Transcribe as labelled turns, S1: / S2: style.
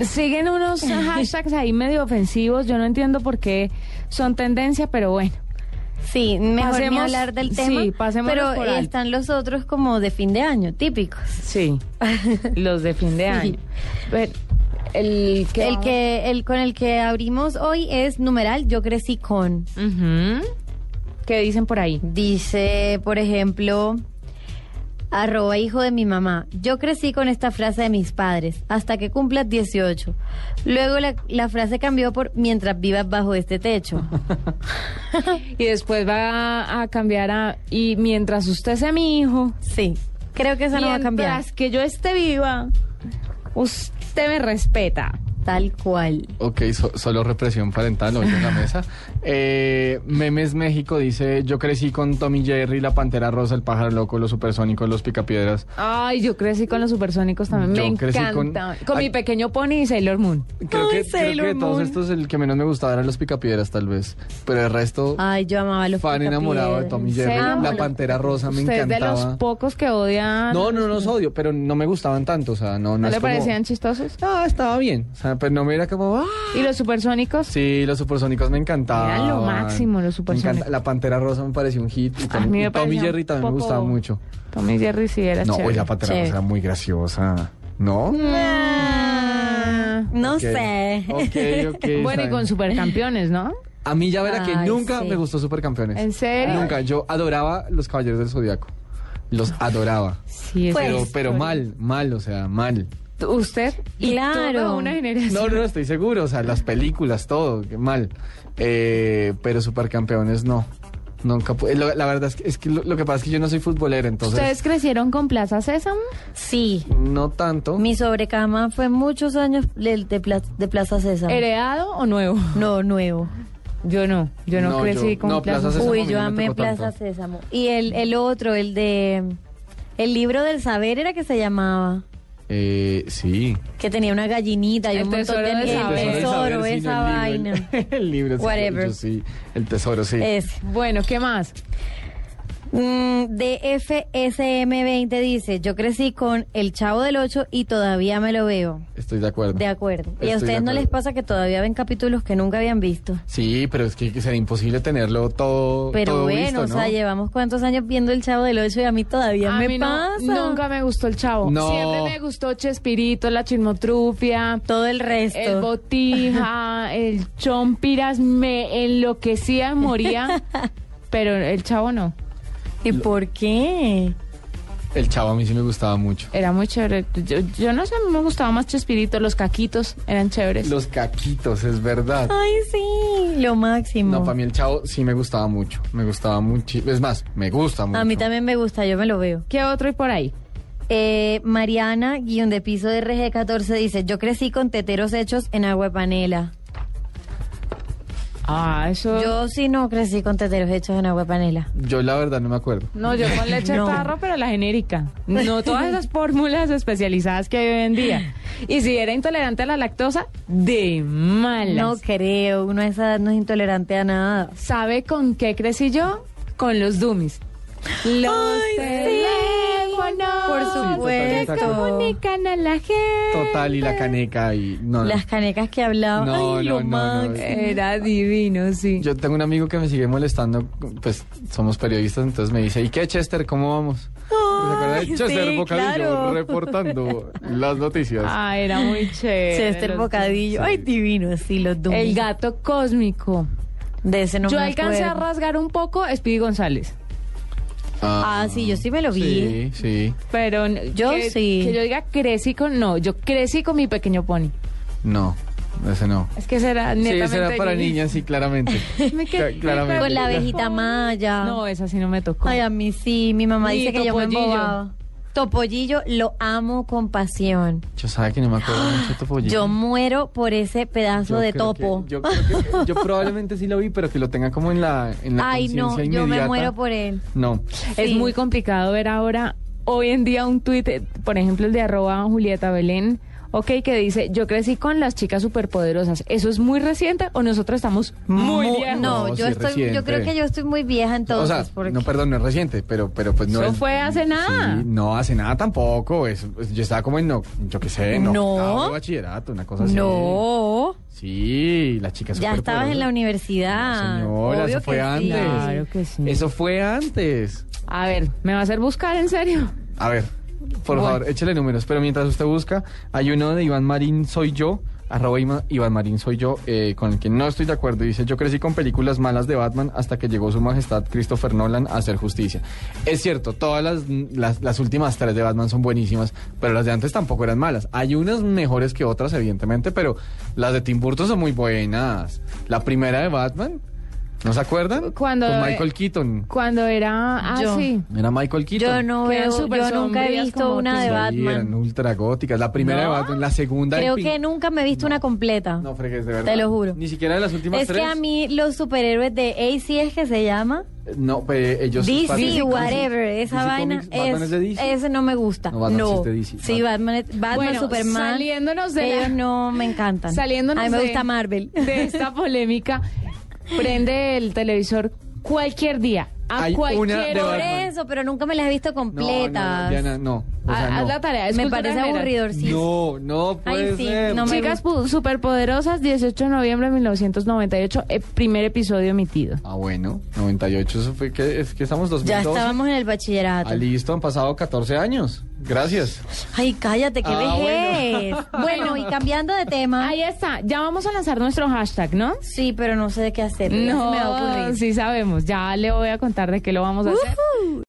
S1: Siguen unos hashtags ahí medio ofensivos. Yo no entiendo por qué son tendencia, pero bueno.
S2: Sí, mejor ni
S1: Pasemos-
S2: hablar del tema.
S1: sí, pasémonos
S2: pero
S1: por alto.
S2: están los otros como de fin de año, típicos.
S1: Sí, los de fin de año. Pero el que...
S2: El que el con el que abrimos hoy es numeral yo crecí con.
S1: Ujú. ¿Qué dicen por ahí?
S2: Dice, por ejemplo, arroba hijo de mi mamá. Yo crecí con esta frase de mis padres, hasta que cumplas 18. Luego la, la frase cambió por mientras vivas bajo este techo.
S1: Y después va a cambiar a... Y mientras usted sea mi hijo,
S2: Sí, creo que esa no va a cambiar.
S1: mientras que yo esté viva, usted me respeta.
S2: Tal cual.
S3: Ok, so- solo represión parental hoy en la mesa. Eh, Memes México dice, yo crecí con Tommy Jerry, la Pantera Rosa, el Pájaro Loco, los Supersónicos, los Picapiedras.
S1: Ay, yo crecí con los supersónicos también.
S3: Yo
S1: me
S3: crecí
S1: encanta. Con,
S3: con-
S1: mi
S3: Ay.
S1: pequeño pony y Sailor Moon.
S3: Creo,
S1: Ay,
S3: que, creo que de todos
S1: Moon.
S3: estos el que menos me gustaba eran los Picapiedras tal vez. Pero el resto,
S2: Ay, yo amaba los
S3: fan enamorado de Tommy
S1: Ah, Picapiedras.
S3: Jerry,
S1: Amo
S3: la
S1: los-
S3: Pantera Rosa, Ah, me
S1: Usted es de los
S3: encantaba.
S1: pocos que odian.
S3: No, no, no los odio, pero no me gustaban tanto, o sea, no, no,
S1: ¿No
S3: es
S1: le
S3: como-
S1: parecían chistosos?
S3: Ah, estaba bien, o sea, pero no me era como... ¡ah!
S1: ¿Y los supersónicos?
S3: Sí, los supersónicos me encantaban.
S1: Eran lo máximo, los
S3: Me
S1: Supersónicos.
S3: encanta- La Pantera Rosa me pareció un hit. Y
S1: A mí
S3: Tommy,
S1: me
S3: y Tommy
S1: parecía
S3: Jerry
S1: un
S3: también me
S1: poco-
S3: gustaba mucho.
S1: Tommy Jerry sí era
S3: No,
S1: chévere.
S3: oye, la Pantera
S2: chévere.
S3: Rosa era muy graciosa. ¿No?
S1: Ah,
S2: No
S3: Ok.
S2: sé.
S3: Ok, ok.
S1: Bueno, y con
S3: está bien.
S1: supercampeones, ¿no?
S3: A mí ya verá que
S2: Ay,
S3: nunca
S2: sí.
S3: me gustó Supercampeones.
S1: ¿En serio?
S3: Nunca. Yo adoraba los Caballeros del Zodiaco. Los adoraba.
S1: Sí, es
S3: Pero,
S2: Pues,
S3: pero mal, mal, o sea, mal.
S1: Usted y
S2: Claro.
S1: toda una generación.
S3: No, no, no, estoy seguro. O sea, las películas, todo, que mal. Eh, pero Supercampeones no. Nunca. pu- eh, lo- la verdad es que, es que lo, lo que pasa es que yo no soy futbolero, entonces.
S1: ¿Ustedes crecieron con Plaza Sésamo?
S2: Sí.
S3: No tanto.
S2: Mi sobrecama fue muchos años de, de Pla- de Plaza César.
S1: ¿Heredado o nuevo?
S2: No, nuevo.
S1: Yo no, yo no,
S3: No,
S1: crecí
S3: yo-
S1: con
S3: no,
S1: Plaza
S3: Plaza
S1: Sésamo.
S2: Uy,
S3: Sésamo. a mí
S2: yo
S3: no me
S2: amé
S3: tocó
S2: Plaza
S3: tanto.
S2: Sésamo. Y el, el otro, el de... El libro del saber era que se llamaba.
S3: Eh, sí.
S2: Que tenía una gallinita y
S1: El
S2: un montón
S1: tesoro
S2: de...
S1: del
S2: el
S1: saber.
S3: de
S2: tesoro,
S3: saber, sí,
S2: esa
S3: no, el libro,
S2: vaina.
S3: el- El, libro, sí,
S2: Whatever. Eh,
S3: yo sí. El tesoro, sí.
S2: Ese.
S1: Bueno, ¿qué más?
S2: Mm, DFSM20 dice, yo crecí con El Chavo del 8 y todavía me lo veo.
S3: Estoy de acuerdo.
S2: De acuerdo. ¿Y
S3: Estoy
S2: a
S3: de
S2: ustedes no
S3: acuerdo.
S2: les pasa que todavía ven capítulos que nunca habían visto?
S3: Sí, pero es que sería imposible tenerlo todo.
S2: Pero
S3: todo
S2: bueno,
S3: visto,
S2: o
S3: ¿no?
S2: sea, llevamos cuántos años viendo El Chavo del 8 y a mí todavía
S1: A
S2: me
S1: mí no,
S2: pasa.
S1: nunca me gustó el chavo.
S3: No.
S1: Siempre me gustó Chespirito, la chismotrufia,
S2: Todo el resto.
S1: el botija, el chompiras. Me enloquecía, moría. pero el chavo no.
S2: ¿Y por qué?
S3: El chavo a mí sí me gustaba mucho.
S2: Eh,
S1: Era muy chévere. Yo, yo no sé, a mí me gustaba más Chespirito. Los caquitos eran chéveres.
S3: Los caquitos, es verdad.
S2: Ay, sí, lo máximo.
S3: No, para mí el chavo sí me gustaba mucho. Me gustaba mucho. Es más, me gusta mucho.
S2: a mí también me gusta, yo me lo veo.
S1: ¿Qué otro hay por ahí?
S2: Eh, Mariana, guión de piso de RG14, dice, yo crecí con teteros hechos en agua de panela.
S1: Ah, eso.
S2: Yo sí no crecí con teteros hechos en agua de panela.
S3: Yo la verdad no me acuerdo.
S1: No, yo con leche de
S2: No.
S1: tarro, pero la genérica. No todas esas fórmulas especializadas que hay hoy en día. Y si era intolerante a la lactosa, de malas.
S2: No creo, uno a esa edad no es intolerante a nada.
S1: ¿Sabe con qué crecí yo? Con los dummies. Los
S2: Ay, sí,
S1: teléfonos
S2: por
S1: que
S2: supuesto.
S1: comunican a la gente.
S3: Total, y la caneca y. No, no.
S2: Las canecas que hablaba,
S3: No,
S2: ay,
S3: no,
S2: lo
S3: no, no.
S2: máximo.
S1: Era divino, sí.
S3: Yo tengo un amigo que me sigue molestando, pues somos periodistas, entonces me dice, ¿y qué Chester? ¿Cómo vamos? ¿Se acuerda de
S2: Ay,
S3: Chester
S2: sí,
S3: Bocadillo
S2: claro.
S3: reportando las noticias?
S1: Ah, era muy chévere.
S2: Chester
S1: los
S2: este Bocadillo, ay, divino, sí, los
S1: Dummies.
S2: dummies.
S1: El gato cósmico.
S2: De ese no
S1: yo
S2: me
S1: alcancé a
S2: acuerdo.
S1: rasgar un poco a Speedy González.
S2: Ah, sí, yo sí me lo vi.
S3: Sí, sí.
S1: Pero n-
S2: Yo
S1: que-
S2: sí.
S1: Que yo diga crecí con. No, yo crecí con mi pequeño pony.
S3: No, ese no.
S1: Es que será
S3: Sí,
S1: netamente.
S3: ese era para niñas, sí, claramente.
S1: Me quedé-
S3: Cla- claramente.
S2: Con la abejita maya.
S1: No, esa sí no me tocó.
S2: Ay, a mí sí, mi mamá
S1: Ni
S2: dice que yo me
S1: topollillo.
S2: embobaba. Topollillo lo amo con pasión.
S3: Yo sabe que no me acuerdo mucho de Topollillo.
S2: Yo muero por ese pedazo
S3: Yo
S2: de
S3: creo que-
S2: topo.
S3: yo, creo que- yo probablemente sí lo vi, pero que lo tenga como en la, en la
S2: Ay, no,
S3: conciencia
S2: yo me
S3: inmediata.
S2: muero por él.
S3: No.
S1: Es
S2: Sí.
S1: muy complicado ver ahora, hoy en día, un tuit, eh, por ejemplo, el de arroba Julieta Belén, ok, que dice, yo crecí con las chicas superpoderosas. ¿Eso es muy reciente o nosotros estamos muy
S3: Mu-
S1: viejos?
S2: No,
S3: No,
S2: yo
S3: sí,
S2: estoy,
S3: reciente.
S2: yo creo que yo estoy muy vieja entonces.
S3: o sea,
S2: porque-
S3: no, perdón, no es reciente, pero, pero pues no
S1: Eso
S3: es-
S1: fue hace nada.
S3: Sí, no, hace nada tampoco. es- es- yo estaba como en, no, yo qué sé, no.
S2: No.
S3: octavo de bachillerato, una cosa así.
S2: No,
S3: Sí, las chicas
S2: ya estabas en la universidad.
S3: Señora,
S2: Obvio
S3: eso fue
S2: que sí.
S3: antes.
S1: Claro que sí.
S3: Eso fue antes.
S1: A ver, ¿me va a hacer buscar en serio?
S3: A ver, por
S1: Bueno.
S3: favor, échale números. Pero mientras usted busca, hay uno de Iván Marín Soy Yo, arroba Ima- Iván Marín Soy Yo, eh, con el que no estoy de acuerdo. Dice, yo crecí con películas malas de Batman hasta que llegó su majestad Christopher Nolan a hacer justicia. Es cierto, todas las, las, las últimas tres de Batman son buenísimas, pero las de antes tampoco eran malas. Hay unas mejores que otras, evidentemente, pero las de Tim Burton son muy buenas. La primera de Batman, ¿no se acuerdan?
S1: Cuando-
S3: Con Michael Keaton.
S1: Cuando era ah,
S2: Yo.
S1: así.
S3: Era Michael Keaton.
S2: Yo no
S1: Que eran
S2: veo,
S1: súper
S2: yo nunca he
S1: sombrías
S2: visto
S1: como
S2: una
S1: tú.
S2: de
S3: Sí, eran
S2: Batman.
S3: ultra góticas. La primera de
S1: No.
S3: Batman, la segunda de
S2: Creo
S3: Pink.
S2: que nunca me he visto una completa.
S3: No fregues, de
S2: Te
S3: verdad.
S2: lo juro.
S3: Ni siquiera de las últimas
S2: es
S3: tres.
S2: que a mí los superhéroes de AC es que se llama
S3: No, pues ellos...
S2: DC,
S3: Batman-
S2: whatever, esa
S3: DC
S2: vaina
S3: Comics,
S2: es,
S3: Batman es de DC.
S2: ese no me gusta.
S3: No,
S2: No,
S3: Batman sí es de DC.
S2: sí, Batman, es- Batman,
S1: Bueno,
S2: Superman,
S1: saliéndonos de la-
S2: ellos no me encantan.
S1: Saliéndonos
S2: a mí me
S1: de-
S2: gusta Marvel.
S1: De esta polémica, prende el televisor cualquier día. A
S3: Hay una
S1: cualquier
S3: de
S2: Por
S3: Batman.
S2: eso, pero nunca me las he visto
S3: No, no, no,
S2: completas.
S3: Diana, no. O sea,
S1: Ah,
S3: no.
S1: Haz la tarea. es
S2: me
S1: cultura
S2: parece
S1: general.
S2: aburridor, sí.
S3: No, no puede
S2: sí,
S3: ser.
S2: no me-
S1: Chicas pu- superpoderosas, 18 de noviembre de 1998, eh, primer episodio emitido.
S3: Ah, bueno, 98, eso fue que... Es que estamos 2012.
S2: Ya estábamos en el bachillerato.
S3: Ah, listo, han pasado 14 años. Gracias.
S2: Ay, cállate, qué
S3: Ah,
S2: vejez. Bueno. y cambiando de tema.
S1: Ahí está, ya vamos a lanzar nuestro hashtag, ¿no?
S2: sí, pero no sé de qué hacer. ya se me va a ocurrir.
S1: sí sabemos, ya le voy a contar de qué lo vamos a hacer.